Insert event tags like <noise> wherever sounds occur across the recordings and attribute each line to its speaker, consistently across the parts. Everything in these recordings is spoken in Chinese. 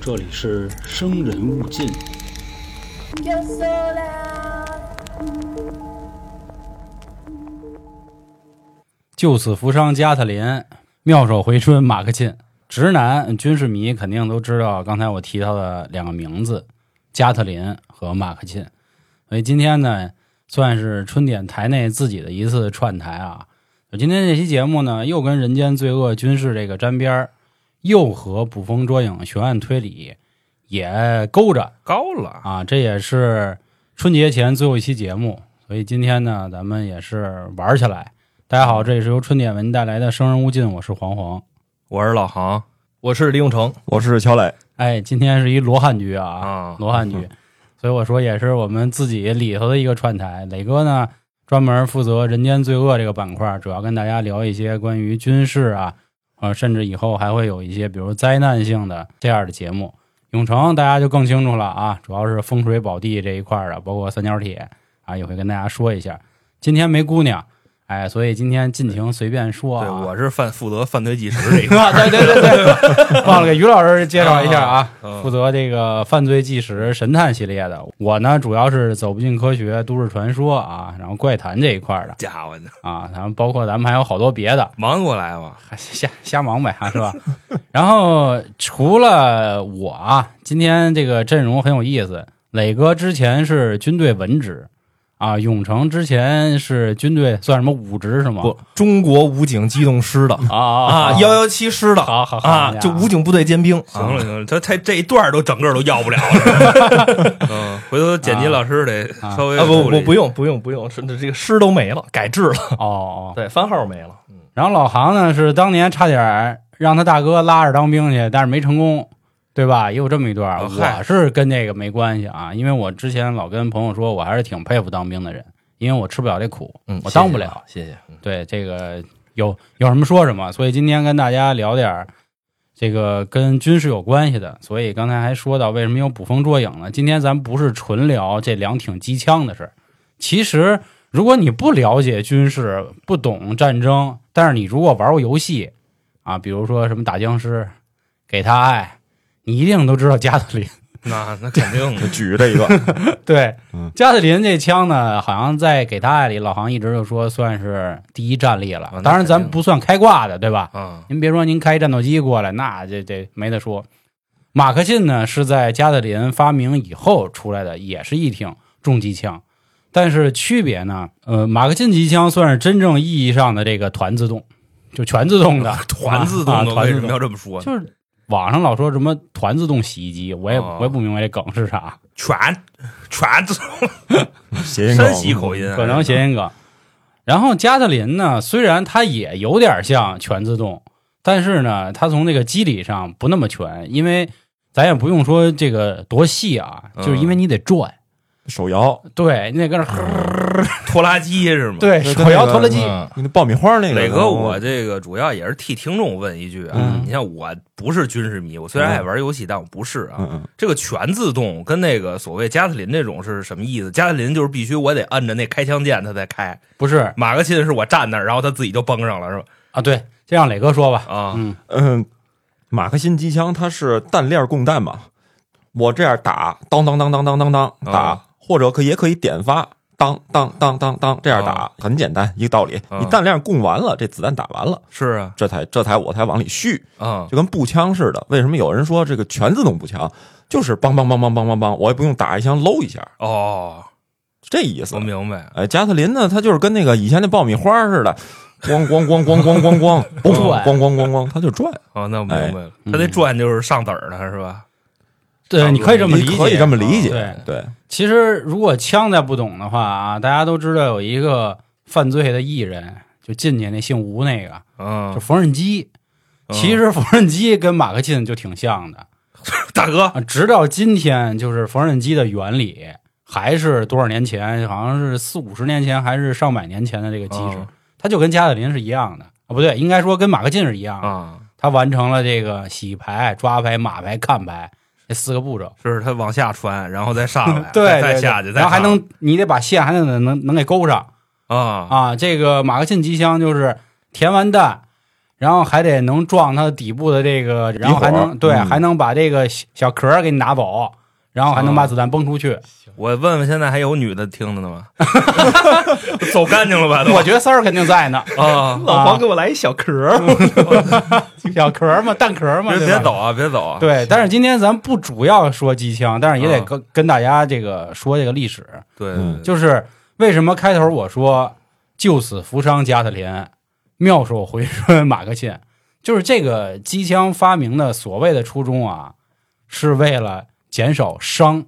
Speaker 1: 这里是生人勿近。
Speaker 2: Yo sola,
Speaker 3: 救死扶伤加特林，妙手回春马克沁。直男军事迷肯定都知道，刚才我提到的两个名字，加特林和马克沁。所以今天呢，算是春点台内自己的一次串台啊。今天这期节目呢，又跟《人间罪恶军事》这个沾边儿，又和捕风捉影、悬案推理也勾着。
Speaker 4: 高了，
Speaker 3: 啊，这也是春节前最后一期节目，所以今天呢，咱们也是玩儿起来。大家好，这里是由春点为您带来的《生人勿近》，我是黄黄。
Speaker 4: 我是老航，我是李永成
Speaker 5: 我是乔磊，
Speaker 3: 哎，今天是一罗汉局啊，
Speaker 4: 啊
Speaker 3: 罗汉
Speaker 4: <laughs>
Speaker 3: 局，所以我说也是我们自己里头的一个串台。磊哥呢，专门负责《人间罪恶》这个板块，主要跟大家聊一些关于军事啊，呃，甚至以后还会有一些比如灾难性的这样的节目。永城大家就更清楚了啊，主要是风水宝地这一块儿的，包括三角铁啊，也会跟大家说一下。今天没姑娘，哎，所以今天尽情随便说啊。
Speaker 4: 对，我是犯负责犯罪纪实这一
Speaker 3: <laughs>
Speaker 4: <laughs> 块
Speaker 3: 对对对对， <laughs> 忘了给于老师介绍一下啊，
Speaker 4: 嗯
Speaker 3: 负责这个犯罪纪实、神探系列的。我呢，主要是走不进科学、都市传说啊，然后怪谈这一块儿的
Speaker 4: 家伙，
Speaker 3: 啊，咱们包括咱们还有好多别的，
Speaker 4: <laughs> 忙过来吧，
Speaker 3: 还瞎瞎忙呗，啊是 <laughs> 吧？然后除了我啊，今天这个阵容很有意思。磊哥之前是军队文职啊，永成之前是军队算什么武职是吗？
Speaker 4: 不，中国武警机动师的
Speaker 3: 啊啊
Speaker 4: 啊，幺幺七师的
Speaker 3: 好好好
Speaker 4: 啊，
Speaker 3: 呀
Speaker 5: 就武警部队尖兵。
Speaker 4: 行了行了，他他这一段都整个都要不了了， <laughs> 嗯，回头剪辑老师得
Speaker 3: 啊
Speaker 4: 稍微
Speaker 5: 啊不
Speaker 4: 处理
Speaker 5: 不不用不用不用，这这个师都没了，改制了，
Speaker 3: 哦哦。
Speaker 5: 对，番号没了。
Speaker 3: 然后老航呢是当年差点儿让他大哥拉着当兵去，但是没成功，对吧？也有这么一段儿。
Speaker 4: 哦嗨
Speaker 3: 我是跟这个没关系啊，因为我之前老跟朋友说，我还是挺佩服当兵的人，因为我吃不了这苦，
Speaker 5: 嗯，
Speaker 3: 我当不了。
Speaker 5: 谢谢，谢谢。
Speaker 3: 对这个有有什么说什么，所以今天跟大家聊点儿这个跟军事有关系的。所以刚才还说到为什么有捕风捉影呢？今天咱不是纯聊这两挺机枪的事儿，其实如果你不了解军事，不懂战争，但是你如果玩过游戏啊，比如说什么打僵尸、给他爱，你一定都知道加特林。
Speaker 4: 那那肯 <laughs> 定的
Speaker 5: 举这一个
Speaker 3: 对
Speaker 5: 嗯，
Speaker 3: 加特林这枪呢，好像在给他爱里，老航一直就说算是第一战力了
Speaker 4: 哦那。
Speaker 3: 当然，咱
Speaker 4: 肯定
Speaker 3: 不算开挂的，对吧？
Speaker 4: 啊，
Speaker 3: 您别说您开战斗机过来，那这这没得说。马克沁呢是在加特林发明以后出来的，也是一挺重机枪，但是区别呢，呃，马克沁机枪算是真正意义上的这个团自动，就全自动
Speaker 4: <laughs>
Speaker 3: 的
Speaker 4: 团自
Speaker 3: 啊
Speaker 4: 动的
Speaker 3: 团
Speaker 4: 为
Speaker 3: 自
Speaker 4: 什么
Speaker 3: 动
Speaker 4: 要这么说呢？
Speaker 3: 就是。网上老说什么团自动洗衣机，我也、
Speaker 4: 哦
Speaker 3: 我也不明白这梗是啥，
Speaker 4: 全全自
Speaker 5: 谐音
Speaker 4: 山西口音，啊
Speaker 3: 可能谐音梗。然后加特林呢，虽然它也有点像全自动，但是呢，它从这个机理上不那么全，因为咱也不用说这个多细啊，
Speaker 4: 嗯
Speaker 3: 就是因为你得转，
Speaker 5: 手摇，
Speaker 3: 对，你得跟那儿，
Speaker 4: 拖拉机是吗？。
Speaker 3: 对，手摇拖拉机，
Speaker 5: 嗯那爆米花那个。
Speaker 4: 磊哥，我这个主要也是替听众问一句啊
Speaker 3: 哦嗯，
Speaker 4: 你像我不是军事迷，我虽然爱玩游戏，但我不是啊。
Speaker 5: 嗯嗯，
Speaker 4: 这个全自动跟那个所谓加特林这种是什么意思？加特林就是必须我得摁着那开枪键它才开，
Speaker 3: 不是
Speaker 4: 马克沁是我站那儿，然后它自己就蹦上了，是吧？
Speaker 3: 啊？对，先让磊哥说吧。
Speaker 4: 啊，
Speaker 3: 嗯，
Speaker 5: 嗯，马克沁机枪它是弹链供弹嘛，我这样打，当当当当当当当
Speaker 4: 啊
Speaker 5: 打，或者可也可以点发，当当当当当这样
Speaker 4: 啊
Speaker 5: 打，很简单，一个道理。
Speaker 4: 嗯
Speaker 5: 你弹链供完了，这子弹打完了，
Speaker 4: 是啊，
Speaker 5: 这才这才我才往里续，
Speaker 4: 啊，
Speaker 5: 就跟步枪似的。为什么有人说这个全自动步枪就是梆梆梆梆梆梆梆，我也不用打一枪搂一下，
Speaker 4: 哦，
Speaker 5: 这意思
Speaker 4: 我。明白，
Speaker 5: 哎，加特林呢，它就是跟那个以前那爆米花似的，咣咣咣咣咣咣咣，嘣
Speaker 3: 转
Speaker 5: 咣咣咣咣，它就转。
Speaker 4: 哦，那我明白了，
Speaker 3: 哎
Speaker 4: 它那
Speaker 3: 嗯
Speaker 4: 转就是上子儿的是吧？差不
Speaker 3: 对，
Speaker 4: 多
Speaker 3: 你可以这么理解，啊
Speaker 5: 你可以这么理解，
Speaker 3: 对
Speaker 5: 对，
Speaker 3: 其实，如果枪再不懂的话啊，大家都知道有一个犯罪的艺人，就进去那姓吴那个，
Speaker 4: 嗯
Speaker 3: 就，缝纫机。
Speaker 4: 嗯
Speaker 3: 其实缝纫机跟马克沁就挺像的
Speaker 4: 大哥，
Speaker 3: 啊，直到今天，就是缝纫机的原理还是多少年前，好像是四五十年前还是上百年前的这个机制，
Speaker 4: 嗯
Speaker 3: 它就跟加特林是一样的啊，不对，应该说跟马克沁是一样的。
Speaker 4: 啊，
Speaker 3: 它完成了这个洗牌、抓牌、码牌、看牌这四个步骤，，
Speaker 4: 就是它往下穿，然后再上
Speaker 3: <laughs>
Speaker 4: 来
Speaker 3: 对，
Speaker 4: 啊再
Speaker 3: 对
Speaker 4: 再下去，
Speaker 3: 对
Speaker 4: 再
Speaker 3: 然后还
Speaker 4: 上
Speaker 3: 能你得把线还得能能能给勾上
Speaker 4: 啊
Speaker 3: 啊。这个马克沁机箱就是填完弹，然后还得能撞它底部的这个，然后还能对，
Speaker 5: 嗯
Speaker 3: 还能把这个小小壳儿给你拿走，然后还能把
Speaker 4: 啊
Speaker 3: 子弹崩出去。
Speaker 4: 我问问，现在还有女的听着
Speaker 3: <laughs>
Speaker 4: 呢吗？走干净了吧？都
Speaker 3: 我觉得三儿肯定在呢，
Speaker 4: 啊，
Speaker 3: <laughs>
Speaker 6: 老黄给我来一小壳儿，
Speaker 3: 小壳儿嘛，蛋壳儿嘛，
Speaker 4: 别
Speaker 3: 对
Speaker 4: 别
Speaker 3: 吧
Speaker 4: 走啊，别走啊！
Speaker 3: 对，但是今天咱不主要说机枪，但是也得
Speaker 4: 啊
Speaker 3: 跟、跟大家这个说这个历史，
Speaker 4: 对
Speaker 5: 嗯
Speaker 4: 对，
Speaker 3: 就是为什么开头我说救死扶伤加特林，妙手回春马克沁，就是这个机枪发明的所谓的初衷啊，是为了减少伤，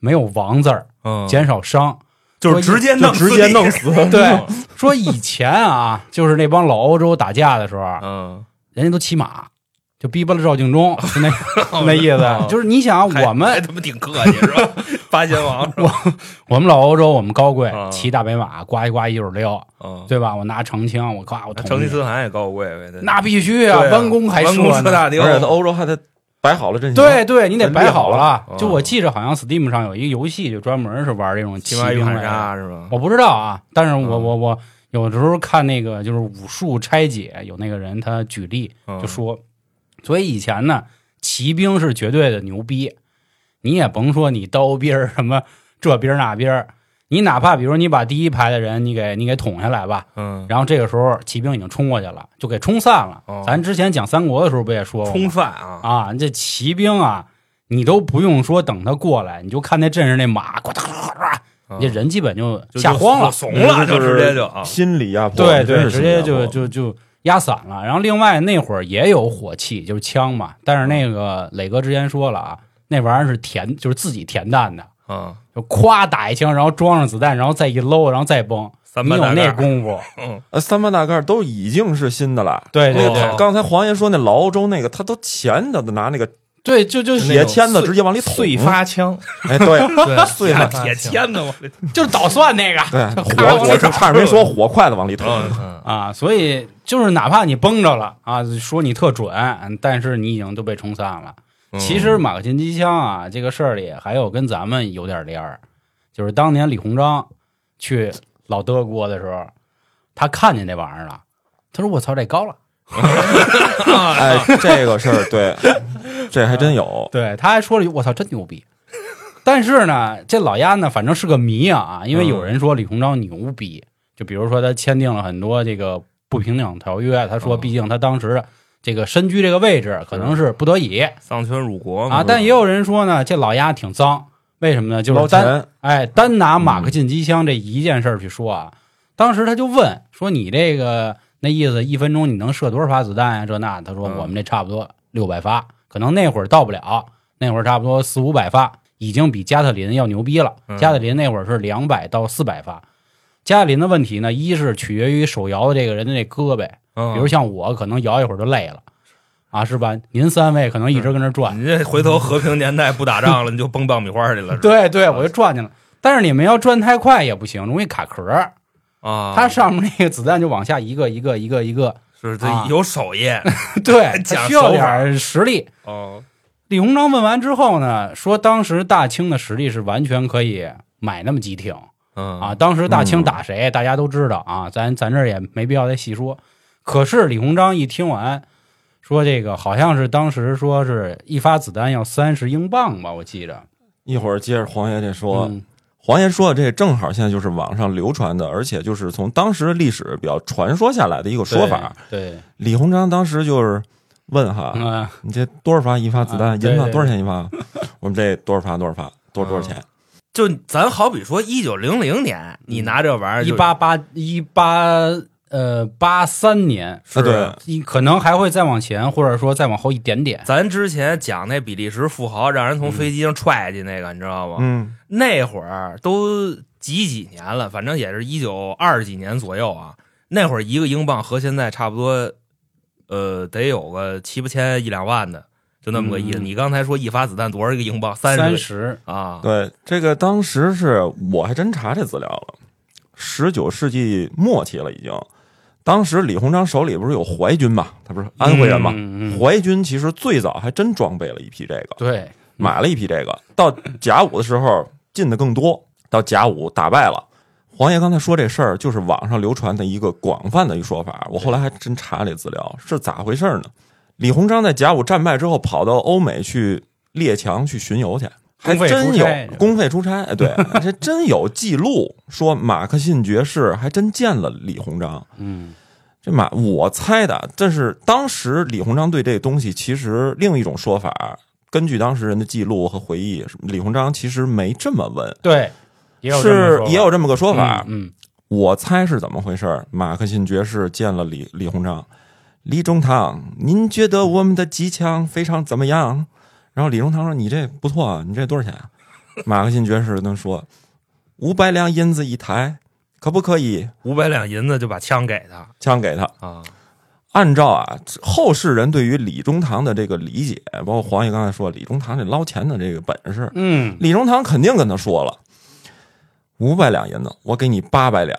Speaker 3: 没有王字儿，
Speaker 4: 嗯，
Speaker 3: 减少伤。
Speaker 4: 就是直接
Speaker 5: 就
Speaker 4: 弄，
Speaker 5: 直接弄。死。
Speaker 3: 对，说以前啊， <laughs> 就是那帮老欧洲打架的时候，啊
Speaker 4: 嗯，
Speaker 3: 人家都骑马，就逼巴了赵敬忠，就
Speaker 4: <laughs>
Speaker 3: 那就那意
Speaker 4: 哦
Speaker 3: 思，就是你想啊
Speaker 4: 还
Speaker 3: 我
Speaker 4: 还
Speaker 3: 们
Speaker 4: 他妈挺客气是
Speaker 3: <laughs>
Speaker 4: 吧？八仙王是吧？
Speaker 3: 我们老欧洲，我们高贵，
Speaker 4: 啊
Speaker 3: 骑大白马，呱一呱一溜溜，
Speaker 4: 嗯，
Speaker 3: 对吧？我拿长枪，我夸我捅
Speaker 4: 成吉
Speaker 3: 你，
Speaker 4: 思汗也高贵呗，对
Speaker 3: 那必须啊，
Speaker 4: 对啊
Speaker 3: 弯弓还
Speaker 4: 弯弓
Speaker 3: 射
Speaker 4: 射
Speaker 3: 呢。
Speaker 4: 大雕，
Speaker 5: 而且他欧洲还得摆好了阵型，，
Speaker 3: <laughs>
Speaker 5: 啊
Speaker 3: 对对，你得摆好
Speaker 4: 真厉害
Speaker 3: 了。
Speaker 4: 了嗯
Speaker 3: 就我记着，好像 Steam 上有一个游戏，就专门是玩这种骑
Speaker 4: 骑马与
Speaker 3: 兵
Speaker 4: 砍
Speaker 3: 的。
Speaker 4: 杀是吧？
Speaker 3: 我不知道啊，但是我
Speaker 4: 嗯
Speaker 3: 我我有的时候看那个就是武术拆解，有那个人他举例，
Speaker 4: 嗯
Speaker 3: 就说，所以以前呢，骑兵是绝对的牛逼，你也甭说你刀兵儿什么这兵儿那兵儿，你哪怕比如你把第一排的人你给你给捅下来吧，
Speaker 4: 嗯，
Speaker 3: 然后这个时候骑兵已经冲过去了，就给冲散了。
Speaker 4: 哦
Speaker 3: 咱之前讲三国的时候不也说过
Speaker 4: 冲
Speaker 3: 吗？
Speaker 4: 犯啊，
Speaker 3: 啊，这骑兵啊，你都不用说等他过来，你就看那阵势，那马呱嗒呱嗒呱嗒，
Speaker 4: 嗯
Speaker 3: 你这人基本就
Speaker 4: 就
Speaker 3: 吓慌了，嗯
Speaker 4: 怂了，
Speaker 5: 就
Speaker 4: 就是直接就啊，
Speaker 5: 心理压迫，
Speaker 3: 对对，
Speaker 5: 真
Speaker 3: 直
Speaker 5: 是心理压
Speaker 3: 接就
Speaker 5: 迫
Speaker 3: 就就压散了。然后另外那会儿也有火器，就是枪嘛，但是那个磊哥之前说了啊，那玩意儿是填，就是自己填弹的，
Speaker 4: 嗯，
Speaker 3: 就咵打一枪，然后装上子弹，然后再一搂，然后再崩。
Speaker 4: 三
Speaker 3: 你
Speaker 4: 班
Speaker 3: 有
Speaker 4: 大
Speaker 3: 那
Speaker 4: 盖，
Speaker 3: 功夫？
Speaker 5: 呃，三八大盖都已经是新的了。
Speaker 3: 对对
Speaker 5: 那
Speaker 3: 对
Speaker 5: 个
Speaker 4: 哦
Speaker 5: 刚才黄爷说那老欧洲那个，他都前头的拿那个
Speaker 3: 对，就就
Speaker 5: 铁签子
Speaker 6: 碎
Speaker 5: 直接往里捅，
Speaker 6: 碎发枪，
Speaker 3: <laughs>
Speaker 5: 哎，对
Speaker 6: 嗯 <laughs> 对，
Speaker 5: <laughs> 碎
Speaker 4: 拿
Speaker 5: 发，
Speaker 4: 铁签子我，
Speaker 3: 就是捣蒜那个
Speaker 5: 对，
Speaker 3: 咔
Speaker 5: 火我就差点没说火筷子往里捅，
Speaker 4: 嗯嗯
Speaker 3: 啊，所以就是哪怕你崩着了啊，说你特准，但是你已经都被冲散了。
Speaker 4: 嗯，
Speaker 3: 其实马克沁机枪啊，这个事儿里还有跟咱们有点联儿，就是当年李鸿章去老德国的时候，他看见这玩意儿了，他说：“我操，这高了。
Speaker 5: 哎，这个事儿对，这还真有”，
Speaker 3: 对，他还说了一句：“我操，真牛逼。” <laughs> 但是呢，这老鸭呢，反正是个谜啊，因为有人说李鸿章牛逼，就比如说他签订了很多这个不平等条约，他说
Speaker 4: 嗯
Speaker 3: 毕竟他当时这个身居这个位置，可能是不得已
Speaker 4: 丧权辱国嘛
Speaker 3: 啊。但也有人说呢，这老鸭挺脏，为什么呢？就是
Speaker 5: 捞
Speaker 3: 单
Speaker 5: 钱，
Speaker 3: 哎，单拿马克沁机枪这一件事儿去说啊，当时他就问说：“你这个那意思，一分钟你能射多少发子弹啊？这那？”他说：“
Speaker 4: 嗯
Speaker 3: 我们这差不多六百发，可能那会儿到不了，那会儿差不多四五百发，已经比加特林要牛逼了。
Speaker 4: 嗯
Speaker 3: 加特林那会儿是两百到四百发。加特林的问题呢，一是取决于手摇的这个人的这胳膊，比
Speaker 4: 比
Speaker 3: 如像我可能摇一会儿就累了，啊，是吧？您三位可能一直跟那转，
Speaker 4: 你这回头和平年代不打仗了，你就蹦爆米花去了，是吧
Speaker 3: 对对，我就转去了。啊但是你们要转太快也不行，容易卡壳儿。
Speaker 4: 啊，
Speaker 3: 它上面那个子弹就往下一个一个一个一
Speaker 4: <laughs>
Speaker 3: 个，
Speaker 4: 是
Speaker 3: 啊
Speaker 4: 这有
Speaker 3: <laughs>
Speaker 4: 手艺
Speaker 3: 对，它
Speaker 4: 讲
Speaker 3: 需要
Speaker 4: 手
Speaker 3: 点
Speaker 4: 法
Speaker 3: 儿实力。
Speaker 4: 哦，
Speaker 3: 李鸿章问完之后呢，说当时大清的实力是完全可以买那么几挺
Speaker 4: 嗯
Speaker 3: 啊。当时大清打谁，大家都知道啊，咱咱这儿也没必要再细说。可是李鸿章一听完，说这个好像是当时说是一发子弹要三十英镑吧，我记着。
Speaker 5: 一会儿接着黄爷这说，
Speaker 3: 嗯
Speaker 5: 黄爷说的这正好现在就是网上流传的，而且就是从当时的历史比较传说下来的一个说法。
Speaker 3: 对，
Speaker 5: 李鸿章当时就是问
Speaker 4: 啊
Speaker 5: 哈，
Speaker 3: 嗯，
Speaker 5: 你这多少发一发子
Speaker 3: 啊
Speaker 5: 弹？
Speaker 3: 对
Speaker 5: 银子
Speaker 3: 对
Speaker 5: 多少钱一发？ <laughs> 我们这多少发多少发？多多少钱？
Speaker 4: 就咱好比说一九零零年，你拿这玩意儿
Speaker 3: 嗯一
Speaker 4: 就
Speaker 3: 八八一八呃八三年
Speaker 5: 啊，对
Speaker 4: 是，
Speaker 3: 你可能还会再往前，或者说再往后一点点。
Speaker 4: 咱之前讲那比利时富豪让
Speaker 3: 嗯
Speaker 4: 人从飞机上踹下去那个，你知道
Speaker 3: 啊
Speaker 4: 吗？
Speaker 5: 嗯，
Speaker 4: 那会儿都几几年了，反正也是一九二几年左右啊。那会儿一个英镑和现在差不多，呃，得有个七八千一两万的，就那么个意思。
Speaker 3: 嗯
Speaker 4: 你刚才说一发子弹多少个英镑？三
Speaker 3: 三
Speaker 4: 十
Speaker 3: 十，
Speaker 4: 啊？
Speaker 5: 对，这个当时是我还真查这资料了，十九世纪末期了已经。当时李鸿章手里不是有淮军嘛，他不是安徽人嘛，
Speaker 3: 嗯嗯
Speaker 5: 淮军其实最早还真装备了一批这个，
Speaker 3: 对，
Speaker 5: 买了一批这个。到甲午的时候进的更多，到甲午打败了，黄爷刚才说这事儿，就是网上流传的一个广泛的一说法。我后来还真查这资料，是咋回事呢？李鸿章在甲午战败之后，跑到欧美去列强去巡游去，还
Speaker 3: 公费
Speaker 5: 真
Speaker 3: 出
Speaker 5: 有
Speaker 3: 差
Speaker 5: 公费出差。哎，对，还真有记录说马克沁爵士还真见了李鸿章。
Speaker 3: <laughs> 嗯，
Speaker 5: 这马我猜的，但是当时李鸿章对这东西其实另一种说法，根据当时人的记录和回忆，李鸿章其实没这么问，
Speaker 3: 对，也有这么
Speaker 5: 是
Speaker 3: 说法
Speaker 5: 也有这么个说法。
Speaker 3: 嗯，
Speaker 5: 我猜是怎么回事儿？马克沁爵士见了李李鸿章，李中堂，您觉得我们的机枪非常怎么样？然后李中堂说：“你这不错，啊，你这多少钱啊？”马克沁爵士跟他说：“五百两银子一台，可不可以
Speaker 4: 五百两银子就把枪给他？”
Speaker 5: 枪给他。
Speaker 4: 啊，
Speaker 5: 按照啊后世人对于李中堂的这个理解，包括黄爷刚才说李中堂这捞钱的这个本事，
Speaker 3: 嗯，
Speaker 5: 李中堂肯定跟他说了：“五百两银子，我给你八百两。”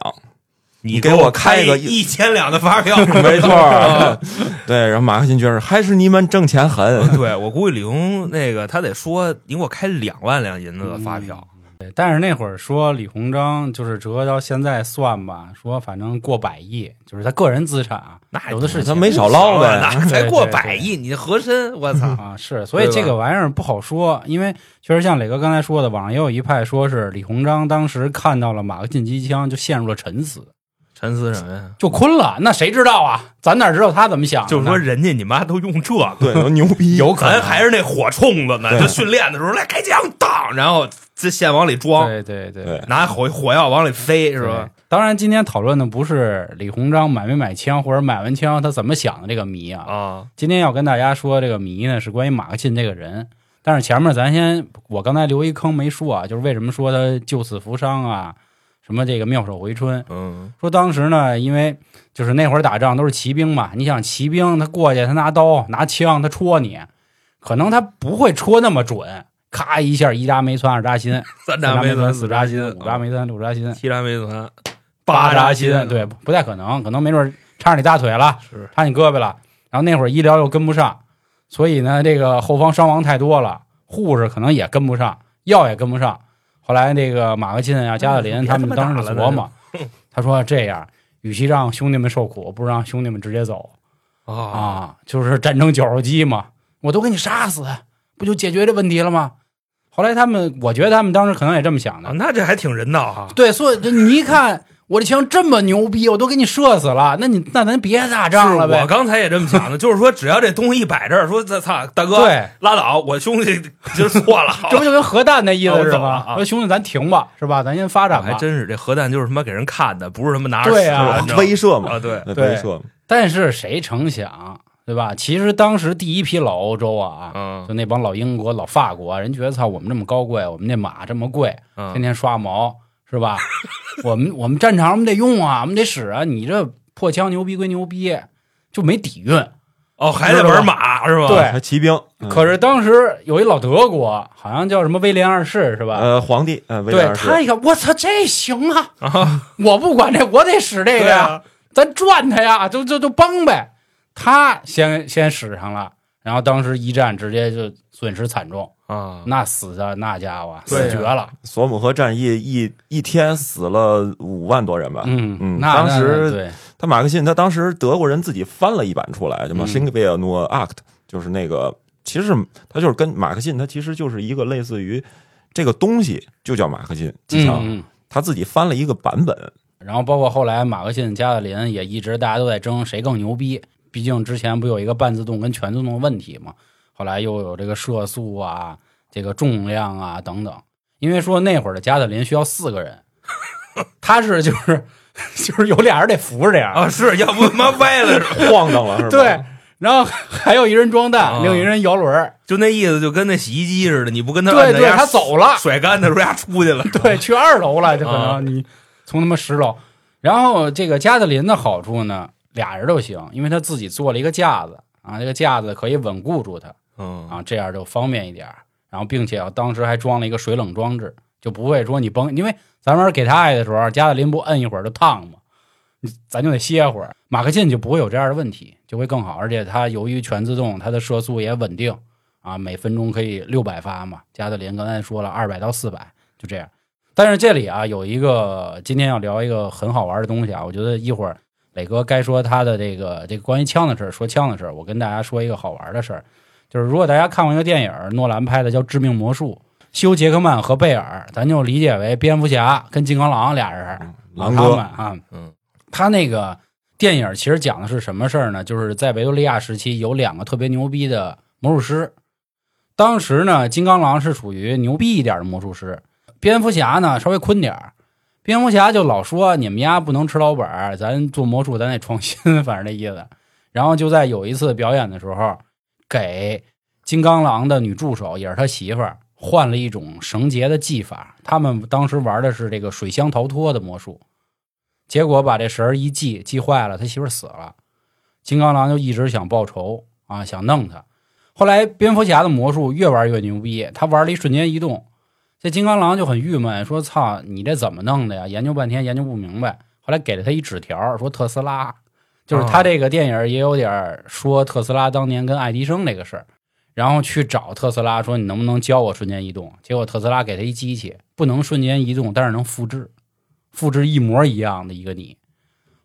Speaker 4: 你
Speaker 5: 给我开一个
Speaker 4: 一千两的发 <laughs> 票，
Speaker 5: <laughs> 没错
Speaker 3: 啊
Speaker 5: 儿， <laughs> 对。然后马克沁爵士还是你们挣钱狠，
Speaker 4: 对我估计李红那个他得说，你给我开两万两银子的发票，
Speaker 3: 对但是那会儿说李鸿章就是折合到现在算吧，说反正过百亿，就是他个人资产啊，
Speaker 4: 那
Speaker 3: 有的是
Speaker 5: 他
Speaker 3: 钱
Speaker 5: 没少捞
Speaker 4: 哪
Speaker 5: 呗。
Speaker 4: 哦才过
Speaker 3: 嗯对对对
Speaker 4: 百亿？你和珅，我操！
Speaker 3: 啊，是，所以
Speaker 4: 对吧
Speaker 3: 这个玩意儿不好说，因为确实像磊哥刚才说的，网上也有一派说是李鸿章当时看到了马克沁机枪就陷入了沉思，
Speaker 4: 沉思什么呀？
Speaker 3: 就困了，那谁知道啊？咱哪知道他怎么想的呢？
Speaker 4: 就说人家你妈都用这个，
Speaker 5: 对，牛逼，
Speaker 3: 有可能
Speaker 4: 咱还是那火铳子呢。
Speaker 5: 对
Speaker 4: 就训练的时候来开枪，当，然后这线往里装，
Speaker 3: 对对对
Speaker 5: 对
Speaker 4: 拿火火药往里飞，是
Speaker 3: 对
Speaker 4: 吧？？
Speaker 3: 当然，今天讨论的不是李鸿章买没买枪，或者买完枪他怎么想的这个谜啊。
Speaker 4: 啊，
Speaker 3: 今天要跟大家说这个谜呢，是关于马克沁这个人。但是前面咱先，我刚才留一坑没说啊，就是为什么说他救死扶伤啊，什么这个妙手回春，
Speaker 4: 嗯，
Speaker 3: 说当时呢，因为就是那会儿打仗都是骑兵嘛，你想骑兵他过去，他拿刀拿枪，他戳你，可能他不会戳那么准，咔一下一扎没穿二扎
Speaker 4: <laughs>
Speaker 3: 心，
Speaker 4: 三
Speaker 3: 三
Speaker 4: 扎
Speaker 3: 没
Speaker 4: 梅
Speaker 3: 穿
Speaker 4: 团，
Speaker 3: 四扎
Speaker 4: 扎
Speaker 3: 心，五扎梅团六扎心，
Speaker 4: 七扎梅团，
Speaker 3: 扎
Speaker 4: 扎
Speaker 3: 对，不不太可能，可能没准儿插你大腿了，
Speaker 4: 是
Speaker 3: 插你胳膊了。然后那会儿医疗又跟不上，所以呢，这个后方伤亡太多了，护士可能也跟不上，药也跟不上。后来这个马克沁啊、加特林
Speaker 4: 别
Speaker 3: 他
Speaker 4: 嗯他
Speaker 3: 们
Speaker 4: 妈
Speaker 3: 当
Speaker 4: 打
Speaker 3: 时
Speaker 4: 了
Speaker 3: 琢磨， <laughs> 他说这样，与其让兄弟们受苦，不如让兄弟们直接走
Speaker 4: 啊，
Speaker 3: 啊，就是战争绞肉机嘛，我都给你杀死，不就解决这问题了吗？后来他们，我觉得他们当时可能也这么想的，
Speaker 4: 那这还挺人道哈。
Speaker 3: 对，所以就你一看我这枪这么牛逼，我都给你射死了，那你那咱别打仗了
Speaker 4: 是我
Speaker 3: 呗。
Speaker 4: 刚才也这么想的，就是说只要这东西一摆这儿，说这操大哥
Speaker 3: 对，
Speaker 4: 拉倒，我兄弟就错了
Speaker 3: <laughs> 。这不就跟核弹那意
Speaker 4: 啊
Speaker 3: 思
Speaker 4: 我
Speaker 3: 是
Speaker 4: 懂了
Speaker 3: 吧？
Speaker 4: 啊
Speaker 3: 说兄弟，咱停吧，是吧？咱先发展吧。
Speaker 4: 还真是，这核弹就是他妈给人看的，不是他妈拿着
Speaker 3: 对
Speaker 4: 使的
Speaker 3: 啊
Speaker 4: 你知道吗
Speaker 5: 威慑嘛
Speaker 4: 啊，，对，
Speaker 5: 那
Speaker 3: 对
Speaker 5: 威慑嘛。
Speaker 3: 但是谁成想，对吧？其实当时第一批老欧洲啊，
Speaker 4: 嗯
Speaker 3: 就那帮老英国、老法国，啊人觉得操，我们这么高贵，我们那马这么贵，天
Speaker 4: 嗯，
Speaker 3: 天刷毛是吧？ <laughs> 我们我们战场我们得用啊，我们得使啊，你这破枪牛逼归牛逼，就没底蕴。
Speaker 4: 哦，还得玩马是吧？
Speaker 3: 对
Speaker 5: 还骑兵，嗯
Speaker 3: 可是当时有一老德国，好像叫什么威廉二世是吧？
Speaker 5: 呃，皇帝，呃，威廉
Speaker 3: 啊对
Speaker 5: 二世，
Speaker 3: 他一看，我操，这行啊！
Speaker 4: 啊，
Speaker 3: 我不管这，我得使这个
Speaker 4: 对
Speaker 3: 呀，
Speaker 4: 啊，
Speaker 3: 咱转他呀，就就就帮呗。他先先使上了，然后当时一战直接就损失惨重，
Speaker 4: 啊，
Speaker 5: 嗯
Speaker 3: 那死的那家伙
Speaker 4: 对啊
Speaker 3: 死绝了。
Speaker 5: 索姆河战役一一天死了五万多人吧。
Speaker 3: 嗯
Speaker 5: 嗯
Speaker 3: 那
Speaker 5: 当
Speaker 3: 那
Speaker 5: 时
Speaker 3: 对
Speaker 5: 他马克沁，他当时德国人自己翻了一版出来，叫
Speaker 3: 嗯
Speaker 5: 嘛《s h i n g b e n u Act》，就是那个，其实是他就是跟马克沁，他其实就是一个类似于这个东西就叫马克沁机
Speaker 3: 嗯
Speaker 5: 枪，
Speaker 3: 嗯。
Speaker 5: 他自己翻了一个版本，
Speaker 3: 然后包括后来马克沁、加特林也一直大家都在争谁更牛逼，毕竟之前不有一个半自动跟全自动的问题嘛，后来又有这个射速啊、这个重量啊等等。因为说那会儿的加特林需要四个人，他是就是 <laughs> 就是有俩人得扶着这样，
Speaker 4: 啊，是要不他妈歪了是吧，
Speaker 5: <laughs> 晃荡了是吧？
Speaker 3: 对，然后还有一人装
Speaker 4: 啊
Speaker 3: 弹，另一人摇轮儿，
Speaker 4: 就那意思，就跟那洗衣机似的，你不跟他
Speaker 3: 对
Speaker 4: 按着
Speaker 3: 对，
Speaker 4: 压
Speaker 3: 他走了，
Speaker 4: 甩干的时候，丫出去了。 <laughs>
Speaker 3: 对，去二楼了，就可
Speaker 4: 啊
Speaker 3: 能你从他妈十楼。然后这个加特林的好处呢，俩人都行，因为他自己做了一个架子啊，这个架子可以稳固住它
Speaker 4: 嗯，
Speaker 3: 啊，这样就方便一点儿。然后并且啊，当时还装了一个水冷装置，就不会说你崩，因为咱玩给他爱的时候，加特林不摁一会儿就烫嘛，你咱就得歇会儿。马克沁就不会有这样的问题，就会更好。而且它由于全自动，它的射速也稳定啊，每分钟可以六百发嘛。加特林刚才说了，二百到四百就这样。但是这里啊，有一个今天要聊一个很好玩的东西啊，我觉得一会儿磊哥该说他的这个这个关于枪的事儿，说枪的事儿，我跟大家说一个好玩的事儿，就是如果大家看过一个电影，诺兰拍的叫《致命魔术》，休·杰克曼和贝尔，咱就理解为蝙蝠侠跟金刚狼俩
Speaker 5: 嗯
Speaker 3: 人，
Speaker 5: 狼
Speaker 3: 他
Speaker 5: 哥
Speaker 3: 们啊，
Speaker 4: 嗯，
Speaker 3: 他那个电影其实讲的是什么事儿呢？就是在维多利亚时期有两个特别牛逼的魔术师，当时呢，金刚狼是属于牛逼一点的魔术师，蝙蝠侠呢稍微坤点儿。蝙蝠侠就老说你们家不能吃老本儿，咱做魔术咱得创新，反正那意思。然后就在有一次表演的时候，给金刚狼的女助手也是他媳妇儿换了一种绳结的技法。他们当时玩的是这个水箱逃脱的魔术，结果把这绳儿一系，系坏了，他媳妇儿死了。金刚狼就一直想报仇啊，想弄他。后来蝙蝠侠的魔术越玩越牛逼，他玩了一瞬间移动，这金刚狼就很郁闷，说：“操，你这怎么弄的呀？研究半天研究不明白。”后来给了他一纸条，说特斯拉，就是他这个电影也有点儿说特斯拉当年跟爱迪生这个事儿，然后去找特斯拉说：“你能不能教我瞬间移动？”结果特斯拉给他一机器，不能瞬间移动，但是能复制，复制一模一样的一个你。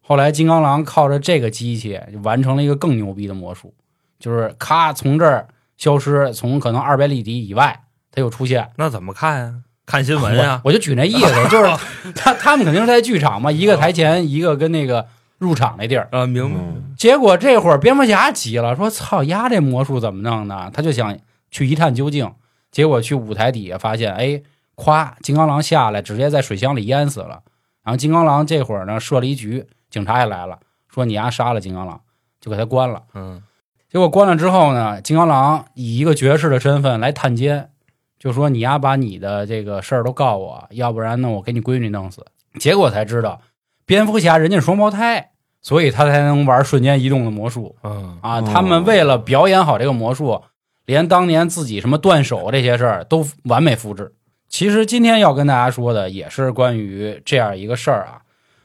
Speaker 3: 后来金刚狼靠着这个机器完成了一个更牛逼的魔术，就是咔从这儿消失，从可能二百里地以外，它又出现。
Speaker 4: 那怎么看呀？看新闻哎呀
Speaker 3: 我？我就举那意思，就是他他们肯定是在剧场嘛，一个台前，一个跟那个入场那地儿。
Speaker 4: 啊，明白
Speaker 5: 嗯，
Speaker 3: 结果这会儿蝙蝠侠急了，说：“操，丫这魔术怎么弄的？”他就想去一探究竟。结果去舞台底下发现，哎，咵，金刚狼下来，直接在水箱里淹死了。然后金刚狼这会儿呢设了一局，警察也来了，说你丫杀了金刚狼，就给他关了。
Speaker 4: 嗯，
Speaker 3: 结果关了之后呢，金刚狼以一个爵士的身份来探监，就说你呀把你的这个事儿都告我，要不然呢我给你闺女弄死。结果才知道，蝙蝠侠人家是双胞胎，所以他才能玩瞬间移动的魔术
Speaker 4: 嗯，
Speaker 3: 啊。
Speaker 5: 哦
Speaker 3: 他们为了表演好这个魔术，连当年自己什么断手这些事儿都完美复制。其实今天要跟大家说的也是关于这样一个事儿啊。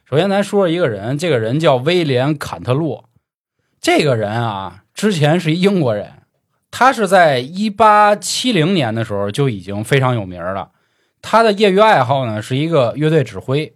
Speaker 3: 首先，咱说一个人，这个人叫威廉·坎特洛。这个人啊，之前是一英国人，他是在一八七零年的时候就已经非常有名了。他的业余爱好呢是一个乐队指挥。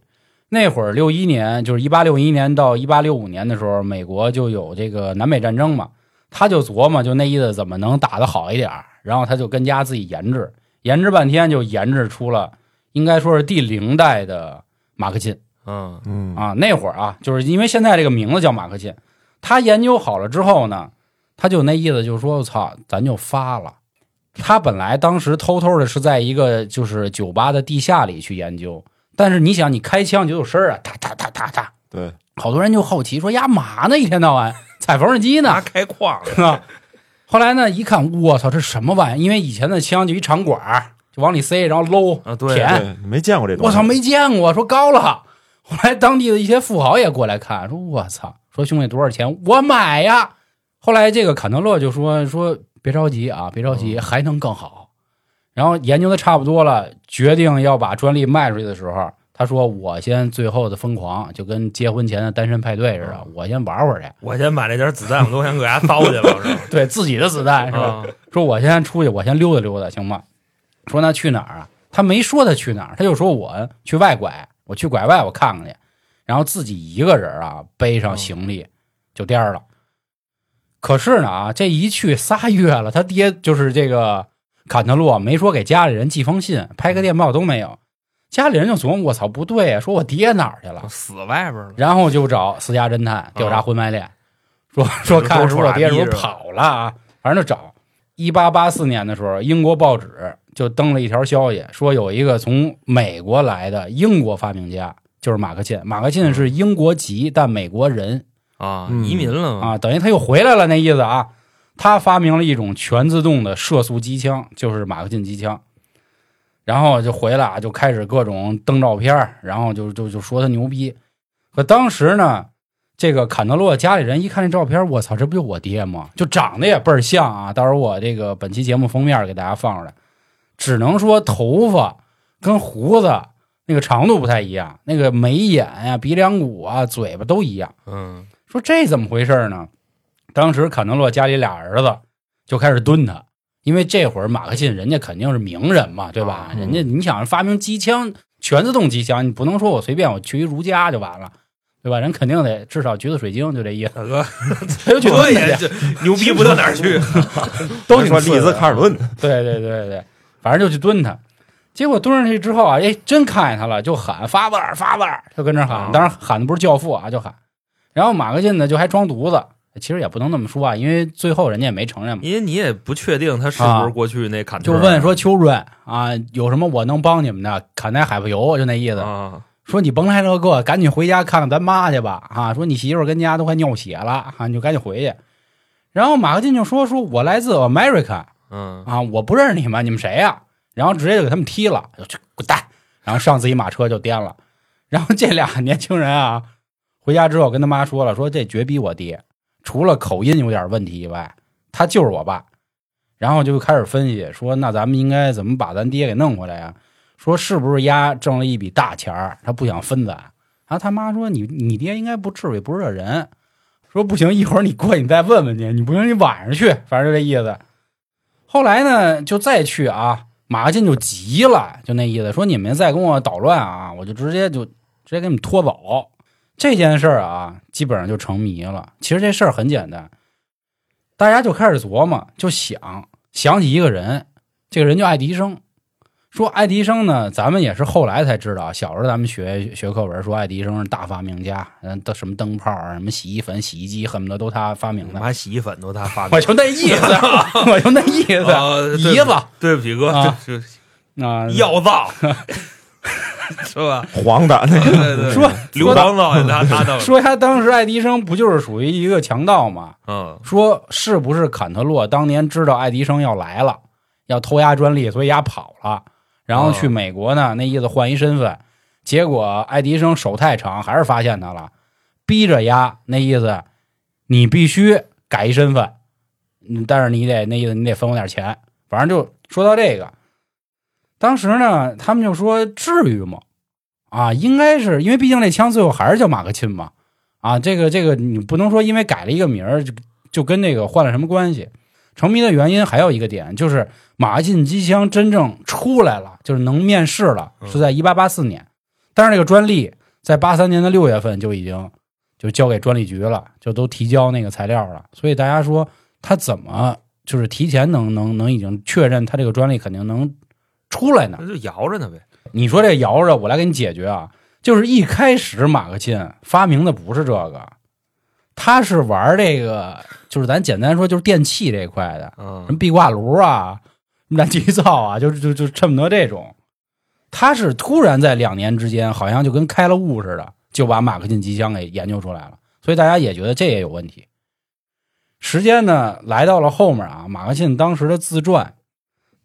Speaker 3: 那会儿六一年，就是一八六一年到一八六五年的时候，美国就有这个南北战争嘛，他就琢磨就那意思怎么能打得好一点儿，然后他就跟家自己研制，研制半天就研制出了应该说是第零代的马克沁。 <laughs>
Speaker 4: 嗯，
Speaker 5: 嗯
Speaker 3: 啊，那会儿啊，就是因为现在这个名字叫马克沁，他研究好了之后呢，他就那意思就是说，我操，咱就发了。他本来当时偷偷的是在一个就是酒吧的地下里去研究，但是你想，你开枪就有声儿啊，哒哒哒哒哒，
Speaker 5: 对，
Speaker 3: 好多人就好奇说呀嘛呢，一天到晚踩缝纫机呢
Speaker 4: 拿，开矿
Speaker 3: 是吧？后来呢，一看，我操，这什么玩意儿？因为以前的枪就一长管儿，就往里塞，然后搂
Speaker 4: 啊，对，
Speaker 3: 舔
Speaker 5: 对，没见过这东
Speaker 3: 哎
Speaker 5: 西，
Speaker 3: 我操，没见过，说高了。 <laughs> 后来当地的一些富豪也过来看，说我操，说兄弟多少钱？我买呀。后来这个坎特勒就说说别着急啊，别着急，还能更好。然后研究的差不多了，决定要把专利卖出去的时候，他说我先最后的疯狂，就跟结婚前的单身派对似的，我先玩会儿去，
Speaker 4: 我先把这点子弹我都先给它糟去了，
Speaker 3: <laughs>
Speaker 4: 我说
Speaker 3: 对自己的子弹是吧？
Speaker 4: 啊，
Speaker 3: 说我先出去，我先溜达溜达，行吗？说那去哪儿啊？他没说他去哪儿，他就说我去外拐，我去拐外我看看去，然后自己一个人啊背上行李就颠儿了。可是呢啊，这一去仨月了，他爹就是这个坎特洛没说给家里人寄封信、拍个电报都没有，家里人就琢磨我操不对啊，说我爹哪儿去了
Speaker 4: 我？死外边了，
Speaker 3: 然后就找私家侦探调查婚外恋，说 <laughs> 说看是不是我爹是不是跑了啊？反正就找。一八八四年的时候，英国报纸就登了一条消息，说有一个从美国来的英国发明家，就是马克沁。马克沁是英国籍但美国人
Speaker 4: 啊，
Speaker 5: 嗯
Speaker 4: 移民了嘛，
Speaker 3: 啊，等于他又回来了那意思啊。他发明了一种全自动的射速机枪，就是马克沁机枪。然后就回来啊，就开始各种登照片儿，然后就就就说他牛逼。可当时呢，这个坎德洛家里人一看这照片，我操，这不就我爹吗？就长得也倍儿像啊！到时候我这个本期节目封面给大家放出来，只能说头发跟胡子那个长度不太一样，那个眉眼呀、鼻梁骨啊、嘴巴都一样。
Speaker 4: 嗯，
Speaker 3: 说这怎么回事呢？当时坎德洛家里俩儿子就开始蹲
Speaker 4: 啊
Speaker 3: 他，因为这会儿马克沁人家肯定是名人嘛，对吧？
Speaker 5: 嗯
Speaker 3: 人家你想发明机枪，全自动机枪，你不能说我随便我去一如家就完了，对吧？人肯定得至少橘子水晶就这意思，
Speaker 4: 大哥，
Speaker 3: <laughs> 他就去哎
Speaker 4: 这
Speaker 3: 蹲下
Speaker 4: 也
Speaker 3: 去，
Speaker 4: 这牛逼不到哪儿去，
Speaker 3: 都
Speaker 5: 还
Speaker 3: 挺
Speaker 5: 说
Speaker 3: 次的
Speaker 5: 利兹卡尔
Speaker 3: <laughs>
Speaker 5: 顿，
Speaker 3: 对对对对，反正就去蹲他。结果蹲上去之后啊，哎，真看见他了，就喊发问发问，就跟这喊。
Speaker 4: 啊
Speaker 3: 当然喊的不是教父啊，就喊。然后马克沁呢，就还装犊子，其实也不能那么说啊，因为最后人家也没承认嘛，
Speaker 4: <laughs> 因为你也不确定他是不嗯是过去那坎特
Speaker 3: 就
Speaker 4: 尔，
Speaker 3: 问说秋润啊，有什么我能帮你们的？砍台海不油，就那意思。
Speaker 4: 啊，
Speaker 3: 说你甭来这个，赶紧回家看看咱妈去吧！啊，说你媳妇儿跟家都快尿血了啊，你就赶紧回去。然后马克沁就说：“说我来自 America
Speaker 4: 嗯，
Speaker 3: 啊，我不认识你们，你们谁呀、然后直接就给他们踢了，就去滚蛋！然后上自己马车就颠了。然后这俩年轻人啊，回家之后跟他妈说了，说这绝逼我爹，除了口音有点问题以外，他就是我爸。然后就开始分析说，那咱们应该怎么把咱爹给弄回来呀、说是不是丫挣了一笔大钱儿，他不想分咱？然后他妈说你你爹应该不至于不是这人，说不行，一会儿你过去你再问问去，你不行你晚上去，反正就这意思。后来呢，就再去啊，马克沁就急了，就那意思，说你们再跟我捣乱啊，我就直接就直接给你们拖走。这件事儿啊，基本上就成谜了。其实这事儿很简单，大家就开始琢磨，就想想起一个人，这个人叫爱迪生。说爱迪生呢，咱们也是后来才知道，小时候咱们学学课文说爱迪生是大发明家，嗯，的什么灯泡啊，什么洗衣粉、洗衣机，恨不得都他发明的。
Speaker 4: 妈洗衣粉都他发明
Speaker 3: <laughs> 我就那意思，我就那意思，
Speaker 4: 啊对
Speaker 3: 姨子啊
Speaker 4: 对不起哥，
Speaker 3: 啊
Speaker 4: 这是，药皂是吧？
Speaker 5: 黄的那
Speaker 4: 对
Speaker 5: 个
Speaker 4: 对对，
Speaker 3: 说
Speaker 4: 刘邦皂也他他弄的，
Speaker 3: 说他当时爱迪生不就是属于一个强盗吗？
Speaker 4: 嗯，
Speaker 3: 说是不是坎特洛当年知道爱迪生要来了，要偷压专利，所以压跑了，然后去
Speaker 4: 哦
Speaker 3: 美国呢，那意思换一身份，结果爱迪生手太长，还是发现他了，逼着压，那意思你必须改一身份，嗯，但是你得那意思你得分我点钱，反正就说到这个，当时呢，他们就说至于吗？啊，应该是因为毕竟那枪最后还是叫马克沁嘛，啊，这个这个你不能说因为改了一个名儿就就跟那个换了什么关系。成谜的原因还有一个点就是马克沁机枪真正出来了，就是能面世了，
Speaker 4: 嗯
Speaker 3: 是在一八八四年，但是这个专利在八三年的六月份就已经就交给专利局了，就都提交那个材料了，所以大家说他怎么就是提前能能能已经确认他这个专利肯定能出来呢？
Speaker 4: 那就摇着呢呗，
Speaker 3: 你说这摇着，我来给你解决啊。就是一开始马克沁发明的不是这个，他是玩这个，就是咱简单说就是电器这一块的，什
Speaker 4: 嗯
Speaker 3: 么壁挂炉啊，什么燃气灶啊，就就就恨不得这种。他是突然在两年之间，好像就跟开了悟似的，就把马克沁机枪给研究出来了。所以大家也觉得这也有问题。时间呢，来到了后面啊，马克沁当时的自传，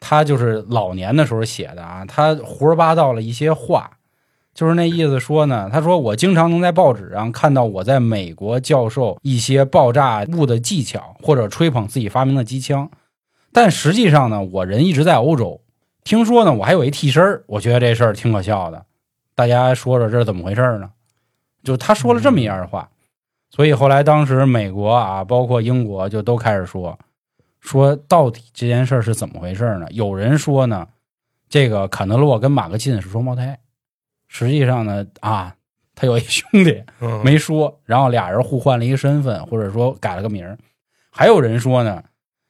Speaker 3: 他就是老年的时候写的啊，他胡说八道了一些话，就是那意思说呢，他说我经常能在报纸上看到我在美国教授一些爆炸物的技巧，或者吹捧自己发明的机枪，但实际上呢，我人一直在欧洲。听说呢，我还有一替身儿我觉得这事儿挺可笑的。大家说说这是怎么回事儿呢？就他说了这么一样的话，所以后来当时美国啊，包括英国就都开始说，说到底这件事儿是怎么回事儿呢？有人说呢，这个坎德洛跟马克沁是双胞胎，实际上呢啊，他有一兄弟，
Speaker 4: 嗯
Speaker 3: 没说，然后俩人互换了一个身份，或者说改了个名儿。还有人说呢，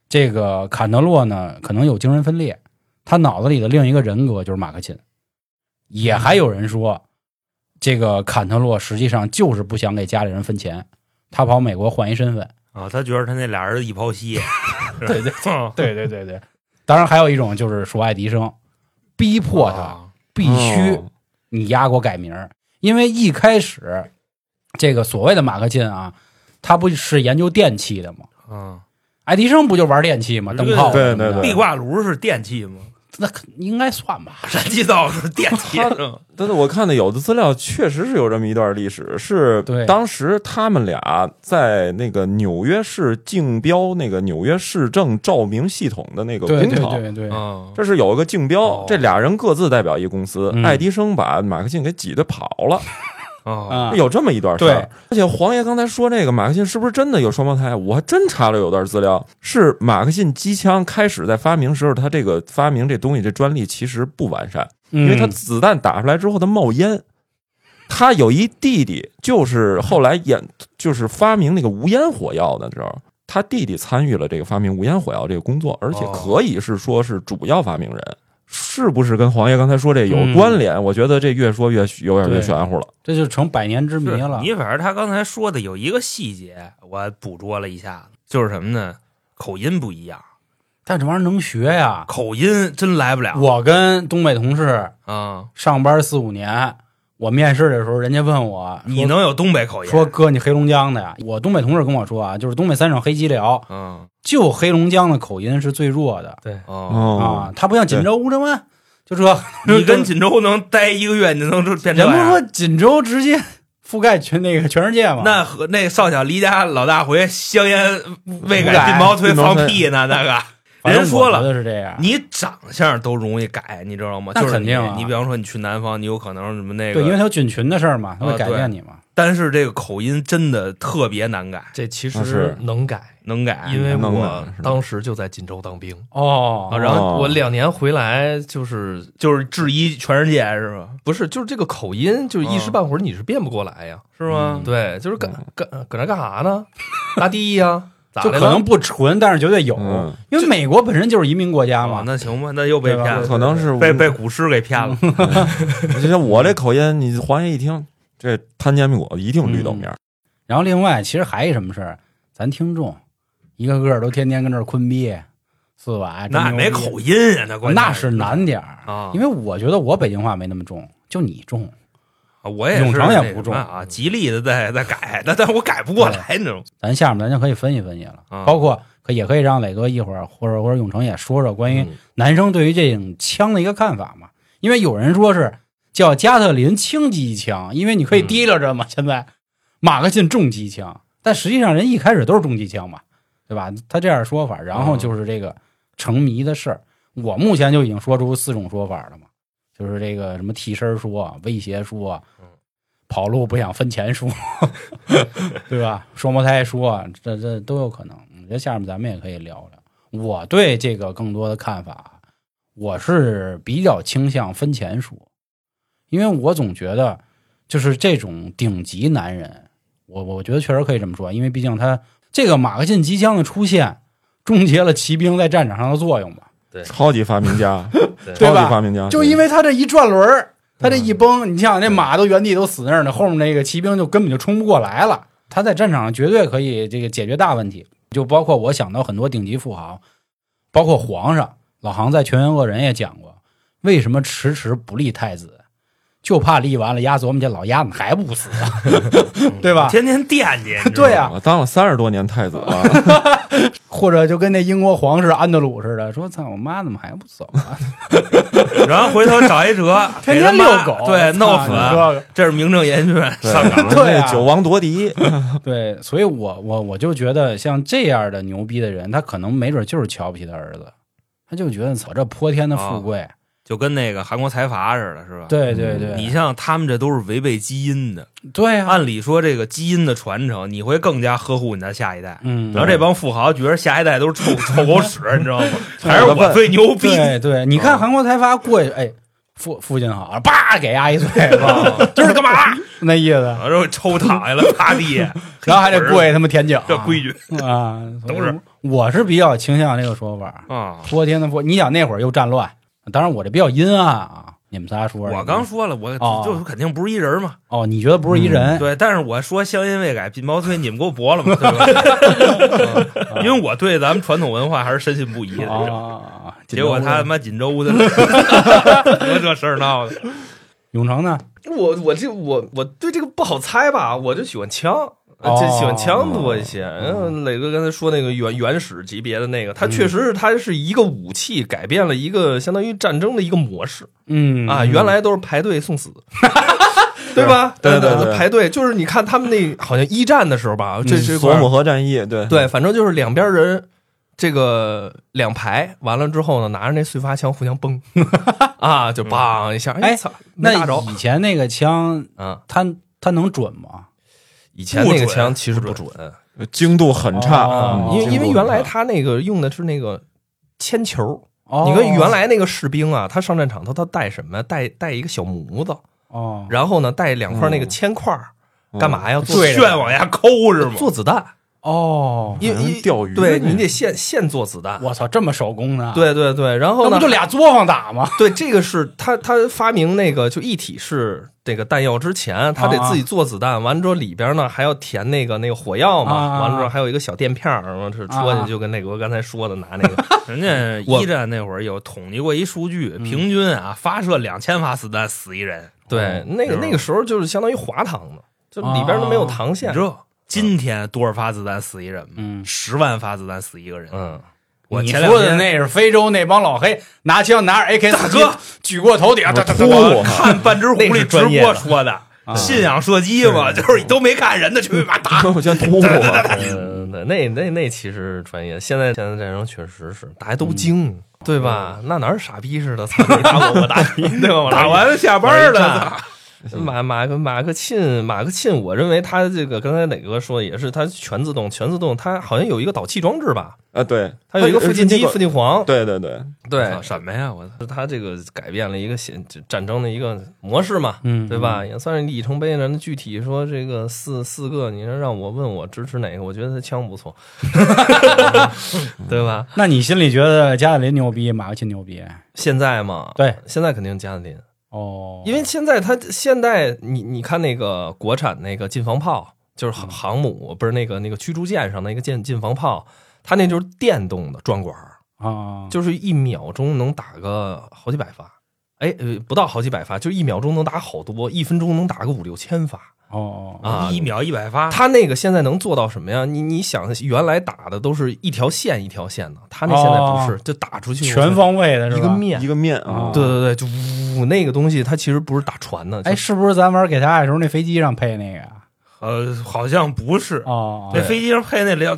Speaker 3: 这个坎德洛呢可能有精神分裂，他脑子里的另一个人格就是马克沁。也还有人说，这个坎特洛实际上就是不想给家里人分钱，他跑美国换一身份。
Speaker 4: 啊，他觉得他那俩人一泡稀，
Speaker 3: 对对
Speaker 4: 嗯
Speaker 3: 对对对对，当然还有一种就是说爱迪生，逼迫他
Speaker 4: 啊
Speaker 3: 必须
Speaker 5: 哦
Speaker 3: 你丫给我改名儿，因为一开始这个所谓的马克沁啊，他不是研究电器的吗？
Speaker 4: 嗯，
Speaker 3: 爱迪生不就玩电器吗？
Speaker 4: 对
Speaker 3: 灯泡啊
Speaker 5: 对
Speaker 3: 什么的
Speaker 5: 对
Speaker 4: 壁挂炉是电器吗？
Speaker 3: 那可应该算吧。
Speaker 4: 燃气灶是电器，
Speaker 5: 他
Speaker 4: 嗯
Speaker 5: 但是我看的有的资料确实是有这么一段历史，是
Speaker 3: 对
Speaker 5: 当时他们俩在那个纽约市竞标那个纽约市政照明系统的那个
Speaker 3: 对
Speaker 5: 工
Speaker 3: 对
Speaker 5: 程，
Speaker 3: 对对，
Speaker 4: 嗯，
Speaker 5: 这是有一个竞标
Speaker 4: 哦，
Speaker 5: 这俩人各自代表一公司
Speaker 3: 嗯，
Speaker 5: 爱迪生把马克沁给挤得跑了，
Speaker 4: 哦，
Speaker 3: 啊，
Speaker 5: 有这么一段事
Speaker 3: 对
Speaker 5: 儿。而且黄爷刚才说这个马克沁是不是真的有双胞胎？啊我还真查了有段资料，是马克沁机枪开始在发明时候，它这个发明这东西这专利其实不完善，因
Speaker 3: 因
Speaker 5: 为它子弹打出来之后它冒烟。他有一弟弟，就是后来演就是发明那个无烟火药的时候，他弟弟参与了这个发明无烟火药这个工作，而
Speaker 3: 哦
Speaker 5: 且可以是说是主要发明人。是不是跟黄爷刚才说这有关联？我觉得这越说越有点越
Speaker 3: 嗯对
Speaker 5: 玄乎了。
Speaker 3: 这就成百年之谜
Speaker 4: 是
Speaker 3: 了。
Speaker 4: 你反正他刚才说的有一个细节，我捕捉了一下子，就是什么呢？口音不一样，
Speaker 3: 但这玩意儿能学呀！
Speaker 4: 口音真来不了
Speaker 3: 我跟东北同事
Speaker 4: 啊！
Speaker 3: 上班四五年，我面试的时候，人家问我，
Speaker 4: 你能有东北口音？
Speaker 3: 说哥你黑龙江的呀？我东北同事跟我说啊，就是东北三省黑吉辽，
Speaker 4: 嗯
Speaker 3: 就黑龙江的口音是最弱的
Speaker 4: 哦，
Speaker 5: 哦
Speaker 3: 啊，，它不像锦州、乌镇湾，就这。<laughs>
Speaker 4: 你跟锦州能待一个月，你能就变这
Speaker 3: 人
Speaker 4: 样？
Speaker 3: 不是说锦州直接覆盖全那个全世界吗？
Speaker 4: 那和那少小离家老大回，香烟未
Speaker 3: 不
Speaker 4: 改
Speaker 3: 改
Speaker 4: 鬓毛推
Speaker 5: 鬓毛
Speaker 4: 放
Speaker 5: 推
Speaker 4: 屁呢？那个
Speaker 3: 反正
Speaker 4: 人说了
Speaker 3: 我觉得是这样，
Speaker 4: 你长相都容易改，你知道吗？
Speaker 3: 那
Speaker 4: 就是
Speaker 3: 肯
Speaker 4: 你
Speaker 3: 定啊
Speaker 4: 你比方说你去南方，你有可能什么那
Speaker 3: 对，因为
Speaker 4: 个，
Speaker 3: 它有菌群的事儿嘛，它
Speaker 4: 啊
Speaker 3: 会改
Speaker 4: 对
Speaker 3: 变你嘛。
Speaker 4: 但是这个口音真的特别难改，
Speaker 6: 这其
Speaker 5: 啊是哎
Speaker 6: 实能改，
Speaker 4: 能改。
Speaker 6: 因为
Speaker 5: 能改
Speaker 6: 我
Speaker 5: 是吧
Speaker 6: 当时就在锦州当兵啊，
Speaker 3: 哦，
Speaker 6: 然后我两年回来就是
Speaker 4: 就是质疑全世界是吧？
Speaker 6: 不是就是这个口音，就是一时半会儿你是变不过来呀，嗯
Speaker 4: 是吗？
Speaker 6: 对，就是干
Speaker 5: 嗯
Speaker 6: 干搁那干啥呢？拉地呀，咋
Speaker 3: 就
Speaker 6: 的
Speaker 3: 可
Speaker 6: 了
Speaker 3: 能？不纯，但是绝对有
Speaker 5: 嗯，
Speaker 3: 因为美国本身就是移民国家
Speaker 4: 啊，
Speaker 3: 嘛。
Speaker 4: 那行吧，那又被
Speaker 3: 对吧
Speaker 4: 骗了，
Speaker 5: 可能是
Speaker 4: 被被古诗给骗
Speaker 3: <laughs>
Speaker 4: 了。
Speaker 5: 就像我这口音，你黄爷一听，这摊煎饼果子一定绿豆面儿。
Speaker 3: 然后另外，其实还一什么事儿，咱听众一个个都天天跟这儿坤逼，是吧？
Speaker 4: 那
Speaker 3: 真
Speaker 4: 没
Speaker 3: 牛逼
Speaker 4: 口音啊，那关键
Speaker 3: 那是难点儿
Speaker 4: 啊
Speaker 3: 因为我觉得我北京话没那么重，就你重。
Speaker 4: 啊我也是
Speaker 3: 永长也不
Speaker 4: 那什
Speaker 3: 重
Speaker 4: 么啊，极力的在在改，但但我改不过来，你知道吗？
Speaker 3: 咱下面咱就可以分析分析了，
Speaker 4: 啊
Speaker 3: 包括可也可以让磊哥一会儿或者或者永成也说说关于
Speaker 6: 嗯
Speaker 3: 男生对于这种枪的一个看法嘛。因为有人说是叫加特林轻机枪，因为你可以提溜着嘛。现在马克沁重机枪，但实际上人一开始都是重机枪嘛，对吧？他这样说法，然后就是这个成谜的事儿。我目前就已经说出四种说法了嘛，就是这个什么替身说、威胁说、跑路不想分钱说，对吧？双胞胎说，这这都有可能。我觉得下面咱们也可以聊聊我对这个更多的看法。我是比较倾向分钱说，因为我总觉得就是这种顶级男人，我我觉得确实可以这么说，因为毕竟他这个马克沁机枪的出现，终结了骑兵在战场上的作用吧，
Speaker 5: 超级发明家，
Speaker 3: 对
Speaker 5: 超级发
Speaker 3: 吧？
Speaker 5: 明家，
Speaker 3: 就因为他这一转轮儿，他这一崩，你想那马都原地都死那儿呢，后面那个骑兵就根本就冲不过来了。他在战场上绝对可以这个解决大问题，就包括我想到很多顶级富豪，包括皇上，老杭在《全员恶人》也讲过，为什么迟迟不立太子，就怕立完了压琢磨这老鸭子还不死啊， <laughs> 对吧？
Speaker 4: 天天惦记，你知道
Speaker 3: <laughs> 对啊
Speaker 4: 吗
Speaker 3: 呀、
Speaker 5: 我当了三十多年太子了，
Speaker 3: 或者就跟那英国皇室安德鲁似的， <laughs> 说：“操，我妈怎么还不走啊？
Speaker 4: 然后回头找一辙，
Speaker 3: <laughs> 天
Speaker 4: 给他
Speaker 3: 天遛
Speaker 4: 妈
Speaker 3: 狗，
Speaker 4: 对，
Speaker 3: 操
Speaker 4: 弄
Speaker 3: 你
Speaker 4: 死，
Speaker 3: 这个
Speaker 4: 这是名正言顺上岗。
Speaker 3: 对
Speaker 5: 那
Speaker 3: 啊
Speaker 5: 九王夺嫡，
Speaker 3: <laughs> 对，所以我我我就觉得像这样的牛逼的人，他可能没准就是瞧不起他儿子，他就觉得我这泼天的富贵，
Speaker 4: 就跟那个韩国财阀似的，是吧？，
Speaker 3: 对对对，
Speaker 4: 你像他们这都是违背基因的，
Speaker 3: 对嗯啊，
Speaker 4: 按理说这个基因的传承，你会更加呵护你的下一代。
Speaker 3: 嗯，
Speaker 4: 然后这帮富豪觉得下一代都是
Speaker 3: <laughs>
Speaker 4: 臭臭狗屎，你知道吗？还是
Speaker 5: 有的
Speaker 4: 我
Speaker 5: 问
Speaker 4: 最牛逼。
Speaker 3: 对对，你看韩国财阀过去，哎，父父亲好，叭给丫一嘴 <laughs> 巴，
Speaker 4: 啊 <laughs> 就是干嘛？
Speaker 3: 那意思，
Speaker 4: 然后抽躺下了，趴地，
Speaker 3: <laughs> 然后还得
Speaker 4: 跪，
Speaker 3: 跪他妈舔脚，
Speaker 4: 这规矩
Speaker 3: 啊，
Speaker 4: 都是
Speaker 3: 所以我是比较倾向这个说法，
Speaker 4: 啊！
Speaker 3: 泼天的泼，你想那会儿又战乱，当然我这比较阴暗啊，你们仨说，
Speaker 4: 我刚说了，我
Speaker 3: 哦
Speaker 4: 就是肯定不是一人嘛，
Speaker 3: 哦，你觉得不是一
Speaker 6: 嗯
Speaker 3: 人，
Speaker 4: 对。但是我说乡音未改鬓毛衰，你们给我驳了嘛，对吧？ <laughs> 因为我对咱们传统文化还是深信不疑的。你知道吗
Speaker 3: 啊，
Speaker 4: 结果他他妈锦州
Speaker 3: <laughs>
Speaker 4: 的， <laughs> 我这事儿闹的，
Speaker 3: 永成呢？
Speaker 6: 我我这我我对这个不好猜吧，我就喜欢枪，呃这喜欢枪
Speaker 3: 哦
Speaker 6: 多一些。嗯，磊哥刚才说那个原原始级别的那个，
Speaker 3: 嗯
Speaker 6: 它确实是它是一个武器，改变了一个相当于战争的一个模式
Speaker 3: 嗯
Speaker 6: 啊，原来都是排队送死。
Speaker 3: <laughs>
Speaker 6: 对吧？
Speaker 5: 对对对
Speaker 6: 呃排队就是你看他们那好像一战的时候吧，
Speaker 3: 嗯
Speaker 6: 这这块
Speaker 5: 索
Speaker 6: 儿
Speaker 5: 姆河战役，对
Speaker 6: 对，反正就是两边人这个两排完了之后呢，拿着那碎发枪互相崩 <laughs> 啊，就梆一下，
Speaker 3: 哎
Speaker 6: 操，没
Speaker 3: 那
Speaker 6: 打着
Speaker 3: 以前那个枪，
Speaker 6: 啊，
Speaker 3: 它它能准吗？
Speaker 6: 以前那
Speaker 4: 不
Speaker 6: 个
Speaker 4: 准
Speaker 6: 枪其实
Speaker 4: 不
Speaker 6: 准，
Speaker 5: 精度很差，
Speaker 3: 哦
Speaker 6: 因
Speaker 5: 嗯
Speaker 6: 为因为
Speaker 5: 精度
Speaker 6: 原
Speaker 5: 很
Speaker 6: 来
Speaker 5: 差
Speaker 6: 他那个用的是那个铅球，
Speaker 3: 哦，
Speaker 6: 你看原来那个士兵啊，他上战场他他带什么呀？带带一个小模子，
Speaker 3: 哦，
Speaker 6: 然后呢带两块那个铅块儿，干嘛呀？做
Speaker 4: 炫往下抠是吗？
Speaker 6: 做子弹，
Speaker 3: 哦，
Speaker 6: 因
Speaker 5: 好像
Speaker 6: 因
Speaker 5: 钓鱼
Speaker 6: 对
Speaker 5: 呢
Speaker 6: 你得现现做子弹。
Speaker 3: 我操，这么手工呢？，
Speaker 6: 对对对，然后
Speaker 3: 那
Speaker 6: 呢
Speaker 3: 不就？俩作坊打吗？
Speaker 6: 对，这个是他他发明那个就一体式这个弹药之前，他得自己做子弹，完了之后里边呢还要填那个那个火药
Speaker 3: 啊啊啊
Speaker 6: 嘛，完了之后还有一个小垫片儿，然后是戳进去，就跟那个我刚才说的拿那个
Speaker 4: 人家
Speaker 6: 我
Speaker 4: 一战那会儿有统计过一数据，平均啊发射两千发子弹死一人。
Speaker 6: 对，那个
Speaker 4: 是
Speaker 6: 那个时候就是相当于滑膛的，就里边都没有膛
Speaker 4: 你
Speaker 6: 线
Speaker 4: 知。道今天多少发子弹死一人吗？
Speaker 3: 嗯
Speaker 4: 十万发子弹死一个人。
Speaker 6: 嗯，
Speaker 4: 我
Speaker 3: 你
Speaker 4: 前两
Speaker 3: 说的
Speaker 4: 天
Speaker 3: 那是非洲那帮老黑拿枪拿着 AK 大
Speaker 4: 哥
Speaker 3: 举过头顶，
Speaker 5: 我
Speaker 3: 哒哒哒
Speaker 5: 秃
Speaker 3: 哒
Speaker 5: 噜嘛
Speaker 4: 看半只狐
Speaker 6: 那
Speaker 4: 狸
Speaker 6: 是
Speaker 4: 直
Speaker 6: 专业
Speaker 4: 播
Speaker 6: 的
Speaker 4: 说的，
Speaker 3: 啊
Speaker 4: 信仰射击嘛，就是都没看人的去妈打。
Speaker 5: 我先秃噜
Speaker 6: <laughs>
Speaker 5: 了。
Speaker 6: 呃那那那那其实专业，现在现在战争确实是大家都
Speaker 4: 嗯
Speaker 6: 精，对吧？那哪是傻逼似的，操你打我我打你，对吧？我
Speaker 4: 打
Speaker 6: 我
Speaker 4: 完下班了，
Speaker 6: <laughs> 马马克马克沁马克沁，我认为他这个刚才磊哥说的也是，他全自动全自动，他好像有一个导气装置吧，
Speaker 5: 啊，对，
Speaker 6: 他有一个
Speaker 4: 呃
Speaker 5: 附
Speaker 6: 附
Speaker 5: 近
Speaker 6: 近机、
Speaker 5: 机，
Speaker 6: 附近黄，
Speaker 5: 对对对，
Speaker 6: 对
Speaker 4: 操，什么呀？我操！
Speaker 6: 是他这个改变了一个现战争的一个模式嘛，
Speaker 3: 嗯
Speaker 6: 对吧？也算是里程碑了。那具体说这个四四个，你说让我问我支持哪个，我觉得他枪
Speaker 4: <laughs>
Speaker 6: 不错， <laughs> 对吧？
Speaker 3: 那你心里觉得加里林牛逼，马克沁牛逼？
Speaker 6: 现在嘛，
Speaker 3: 对，
Speaker 6: 现在肯定加的林，
Speaker 3: 哦，
Speaker 6: 因为现在它现在你你看那个国产那个近防炮，就是
Speaker 4: 嗯
Speaker 6: 航航母不是那个那个驱逐舰上那个舰近防炮，它那就是电动的转管儿，
Speaker 3: 啊，
Speaker 6: 就是一秒钟能打个好几百发，哎呃不到好几百发，就一秒钟能打好多，一分钟能打个五六千发
Speaker 3: 哦哦
Speaker 6: 啊
Speaker 4: 一。秒一百发，
Speaker 6: 它那个现在能做到什么呀？你你想，原来打的都是一条线一条线的，它那现在不是，就打出去
Speaker 3: 哦全方位的是
Speaker 6: 一
Speaker 3: 吧？
Speaker 6: 个面
Speaker 5: 一，个面
Speaker 3: 啊，
Speaker 5: 啊
Speaker 6: 对对对，就呜那个东西，它其实不是打船的，
Speaker 3: 哎，
Speaker 6: 就是
Speaker 3: 不是咱玩给他爱的时候那飞机上配那个呀？
Speaker 4: 呃，好像不是。
Speaker 3: 哦
Speaker 4: 那
Speaker 3: 哦
Speaker 6: 对
Speaker 4: 飞机上配那叫，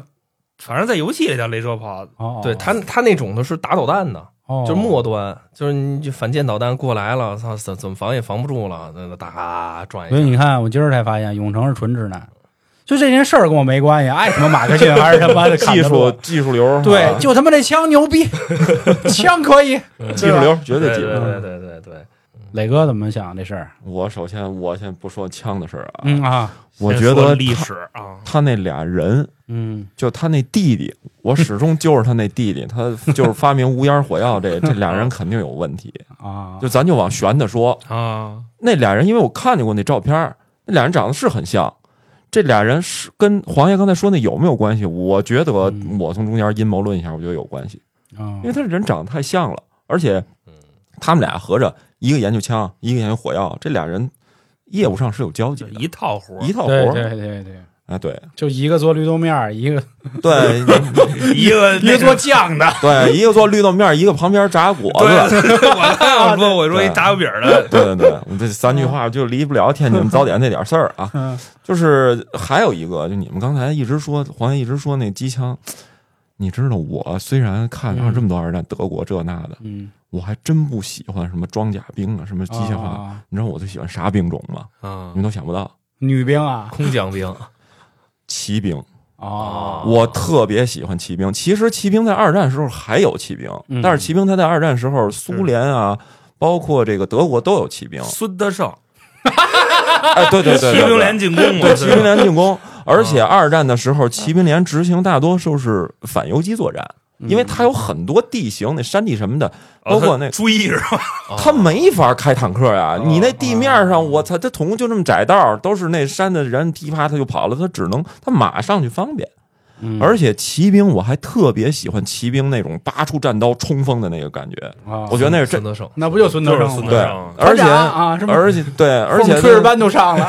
Speaker 4: 反正在游戏里叫雷射炮，
Speaker 3: 哦，
Speaker 6: 对它它那种的是打导弹的，
Speaker 3: 哦
Speaker 6: 就是末端，就是你就反舰导弹过来了，操，怎怎么防也防不住了，那那打转
Speaker 3: 所以
Speaker 6: 一下。
Speaker 3: 你看，我今儿才发现永成是纯直男，就这件事儿跟我没关系，爱他妈马克沁还是他
Speaker 5: <laughs>
Speaker 3: 妈的砍
Speaker 5: 技
Speaker 3: 得
Speaker 5: 术
Speaker 3: 落
Speaker 5: 技术流，
Speaker 3: 对
Speaker 5: 啊，
Speaker 3: 就他妈这枪牛逼，枪可以。
Speaker 5: 技术流绝
Speaker 6: 对对
Speaker 5: 技术
Speaker 6: 对
Speaker 5: 流。
Speaker 4: 嗯
Speaker 6: 对对对对，
Speaker 3: 磊哥怎么想这事儿？
Speaker 5: 我首先我先不说枪的事儿啊，
Speaker 3: 嗯啊，
Speaker 5: 我
Speaker 4: 先
Speaker 5: 觉
Speaker 4: 说
Speaker 5: 得
Speaker 4: 历
Speaker 5: 他
Speaker 4: 史啊，
Speaker 5: 他那俩人，
Speaker 3: 嗯，
Speaker 5: 就他那弟弟，我始终揪着他那弟
Speaker 3: <laughs>
Speaker 5: 弟，他就是发明无烟火药这这俩人肯定有问题。
Speaker 3: 啊，
Speaker 5: 就咱就往悬的说，
Speaker 4: 啊，
Speaker 5: 那俩人因为我看见过那照片儿，那俩人长得是很像。这俩人是跟黄爷刚才说那有没有关系？我觉得
Speaker 3: 嗯
Speaker 5: 我从中间阴谋论一下，我觉得有关系，
Speaker 3: 啊
Speaker 5: 因为他人长得太像了，而且
Speaker 3: 嗯
Speaker 5: 他们俩合着一个研究枪，一个研究火药，这俩人业务上是有交集
Speaker 4: 就
Speaker 5: 的，
Speaker 4: 一套活儿，
Speaker 5: 一套活
Speaker 3: 对
Speaker 5: 儿
Speaker 3: 对对对，
Speaker 5: 啊，对
Speaker 3: 就一个做绿豆面儿，一个
Speaker 5: 对
Speaker 3: <laughs>
Speaker 4: 一个
Speaker 3: 一
Speaker 4: 那
Speaker 3: 个
Speaker 4: 个
Speaker 3: 做酱的，
Speaker 5: <laughs> 对，一个做绿豆面儿，一个旁边炸果子，
Speaker 4: 对，我刚想说，我说一炸油饼的，
Speaker 5: 对对对，我这三句话就离不了天津早点那点事儿啊。
Speaker 3: 嗯
Speaker 5: 就是还有一个，就你们刚才一直说黄爷一直说那机枪，你知道我虽然看上这么多二战德国这那的，
Speaker 3: 嗯，
Speaker 5: 我还真不喜欢什么装甲兵啊，什么机械化。
Speaker 3: 啊
Speaker 5: 你知道我最喜欢啥兵种吗？
Speaker 4: 啊
Speaker 5: 你们都想不到，
Speaker 3: 女兵啊，
Speaker 6: 空降兵
Speaker 5: 骑兵。
Speaker 4: 啊
Speaker 3: 哦，
Speaker 5: 我特别喜欢骑兵。其实骑兵在二战时候还有骑兵，
Speaker 3: 嗯
Speaker 5: 但是骑兵他在二战时候，苏联啊，包括这个德国都有骑兵。
Speaker 4: 孙德胜，
Speaker 5: <laughs> 哎，对对对对
Speaker 4: 骑
Speaker 5: 对
Speaker 4: 兵连进攻啊嘛，
Speaker 5: 对，骑兵连进攻。而且二战的时候，骑兵连执行大多数是反游击作战，
Speaker 4: 嗯
Speaker 5: 因为它有很多地形，那山地什
Speaker 4: 哦
Speaker 5: 么的，包括那
Speaker 4: 追是吧？
Speaker 3: 哦
Speaker 5: 它没法开坦克呀。你那地面上，我操，它总共就这么窄道儿，都是那山的人噼啪他就跑了，他只能他马上去方便。
Speaker 3: 嗯
Speaker 5: 而且骑兵我还特别喜欢骑兵那种拔出战刀冲锋的那个感觉，
Speaker 3: 啊
Speaker 5: 我觉得那是
Speaker 6: 孙
Speaker 5: 真
Speaker 6: 德胜，
Speaker 3: 那不就孙德
Speaker 4: 就是
Speaker 3: 胜
Speaker 4: 孙
Speaker 3: 吗？
Speaker 4: 德
Speaker 5: 对
Speaker 4: 胜
Speaker 3: 团长啊
Speaker 4: 啊，
Speaker 5: 而且
Speaker 3: 是吗
Speaker 5: 而且对，而且
Speaker 3: 奉炊事班都上了，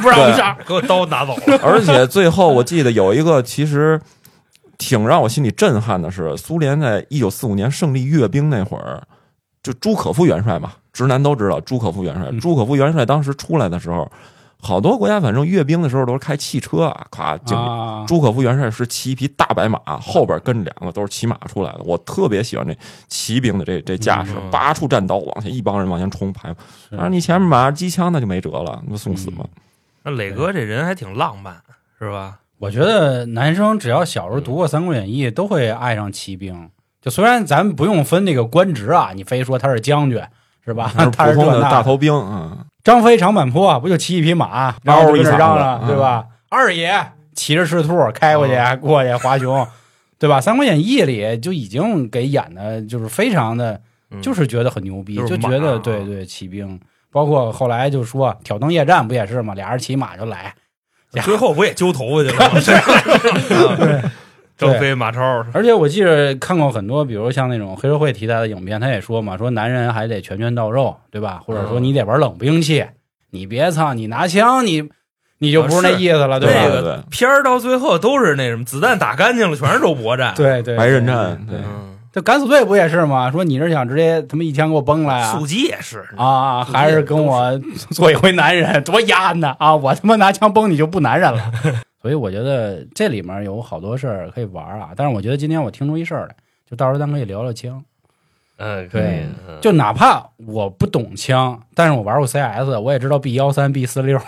Speaker 3: 不让我们上。
Speaker 4: 啊给我刀拿走了。
Speaker 5: <laughs> 而且最后我记得有一个其实挺让我心里震撼的是，苏联在一九四五年胜利阅兵那会儿，就朱可夫元帅嘛，直男都知道朱可夫元帅。
Speaker 3: 嗯
Speaker 5: 朱可夫元帅当时出来的时候，好多国家反正阅兵的时候都是开汽车啊，咔敬礼。
Speaker 3: 啊，
Speaker 5: 朱可夫元帅是骑一匹大白马，后边跟着两个都是骑马出来的。我特别喜欢这骑兵的这这架势
Speaker 4: 嗯，
Speaker 5: 拔出战刀往前，一帮人往前冲排。
Speaker 3: 是嗯
Speaker 5: 而你前面马上机枪，那就没辙了，那不送死吗？
Speaker 4: <laughs> 那磊哥这人还挺浪漫，是吧？
Speaker 3: 我觉得男生只要小时候读过《三国演义》，都会爱上骑兵。就虽然咱们不用分这个官职啊，你非说他是将军是吧？
Speaker 5: 就
Speaker 3: <laughs>
Speaker 5: 是
Speaker 3: 他
Speaker 5: 嗯普
Speaker 3: 是这
Speaker 5: 通的
Speaker 3: 那
Speaker 5: 大
Speaker 3: 的
Speaker 5: 头兵，嗯，
Speaker 3: 张飞长坂坡不就骑一匹马，然后就跟这
Speaker 5: 嗷一嗓子
Speaker 3: 嚷嚷，对
Speaker 5: 嗯
Speaker 3: 吧？二爷骑着赤兔开过去，过去华
Speaker 5: <laughs>
Speaker 3: 雄，对吧？《三国演义》里就已经给演的，就是非常的，
Speaker 4: 嗯
Speaker 3: 就是觉得很牛逼，
Speaker 4: 就是
Speaker 3: 就
Speaker 4: 马
Speaker 3: 觉
Speaker 5: 啊
Speaker 3: 得对对骑兵，包括后来就说挑灯夜战不也是吗？俩人骑马就来，
Speaker 4: 最后不也揪头发去了吗？ <laughs>
Speaker 3: 对
Speaker 4: 张飞、马超，
Speaker 3: <laughs> 而且我记着看过很多，比如像那种黑社会题材的影片，他也说嘛，说男人还得拳拳到肉，对吧？或者说你得玩冷兵器，你别操，你拿枪你你就不是那意思了，
Speaker 5: 对
Speaker 3: 吧？
Speaker 4: 那
Speaker 5: 对
Speaker 4: 个
Speaker 5: 对
Speaker 4: 片儿到最后都是那什么，子弹打干净了，全是肉搏战。
Speaker 3: 对对，
Speaker 5: 白刃战，对，
Speaker 4: 嗯，
Speaker 3: 这敢死队不也是吗？说你是想直接他妈一枪给我崩来啊
Speaker 4: 速？激也是，
Speaker 3: 啊，还是跟我做一回男人，多压呢啊！我他妈拿枪崩你就不男人了。所以我觉得这里面有好多事儿可以玩啊，但是我觉得今天我听出一事儿来，就到时候咱可以聊聊枪。
Speaker 6: 嗯，可以
Speaker 3: 对，就哪怕我不懂枪，但是我玩过 CS，我也知道 B 幺三、B 四
Speaker 4: <laughs>
Speaker 3: 六、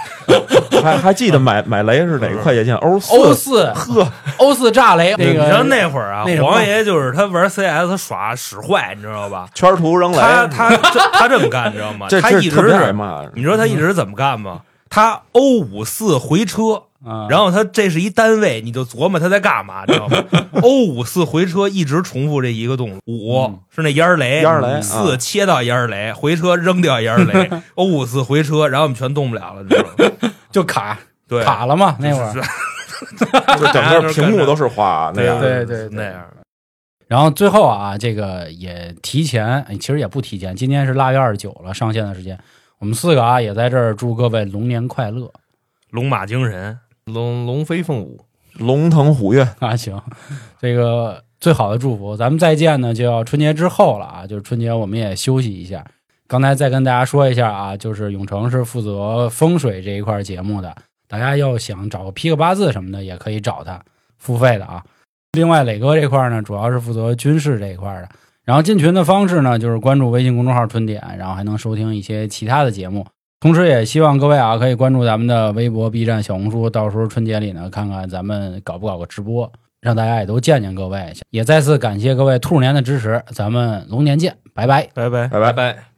Speaker 5: 还还记得买买雷是哪个快捷键？O 四
Speaker 3: O 四、嗯
Speaker 5: 呵，
Speaker 3: O 四炸雷那
Speaker 4: 你知道
Speaker 3: 个，
Speaker 4: 那会儿啊
Speaker 3: 那，什么
Speaker 4: 黄爷就是他玩 CS 他耍使坏，你知道吧？
Speaker 5: 圈图扔雷，嗯
Speaker 4: 他他这他这么干，你知道吗？
Speaker 5: 这
Speaker 4: 他
Speaker 5: 这
Speaker 4: 一直
Speaker 5: 特别挨
Speaker 4: 是，
Speaker 5: 骂。
Speaker 4: 你知道他一直怎么干吗？他 O 五四回车，
Speaker 3: 啊
Speaker 4: 然后他这是一单位，你就琢磨他在干嘛，你知道吗？O 五四回车一直重复这一个动作，五
Speaker 3: 嗯
Speaker 4: 是那烟儿雷，
Speaker 5: 烟儿雷
Speaker 4: 四
Speaker 5: 啊
Speaker 4: 切到烟儿雷，回车扔掉烟儿
Speaker 3: <laughs>
Speaker 4: 雷，O 五四回车，然后我们全动不了了，你知道吗？
Speaker 3: 就卡
Speaker 4: 对，
Speaker 3: 卡了嘛那会
Speaker 4: 是
Speaker 3: 儿。
Speaker 5: 就是整个屏幕都是花那样。
Speaker 3: 对对对
Speaker 4: 那样。
Speaker 3: 然后最后啊，这个也提前，哎其实也不提前，今天是腊月二十九了，上线的时间。我们四个啊，也在这儿祝各位龙年快乐
Speaker 4: 龙马精神，
Speaker 6: 龙龙飞凤舞，
Speaker 5: 龙腾虎跃，
Speaker 3: <laughs> 啊！行，这个最好的祝福，咱们再见呢就要春节之后了啊，就是春节我们也休息一下。刚才再跟大家说一下啊，就是永成是负责风水这一块节目的，大家要想找个批个八字什么的，也可以找他付费的啊。另外，磊哥这块呢，主要是负责军事这一块的。然后进群的方式呢，就是关注微信公众号“春点”，然后还能收听一些其他的节目。同时，也希望各位啊，可以关注咱们的微博、B 站、小红书，到时候春节里呢，看看咱们搞不搞个直播，让大家也都见见各位。也再次感谢各位兔年的支持，咱们龙年见，拜拜。
Speaker 4: 拜拜。
Speaker 5: 拜
Speaker 6: 拜
Speaker 5: 拜。
Speaker 6: 拜。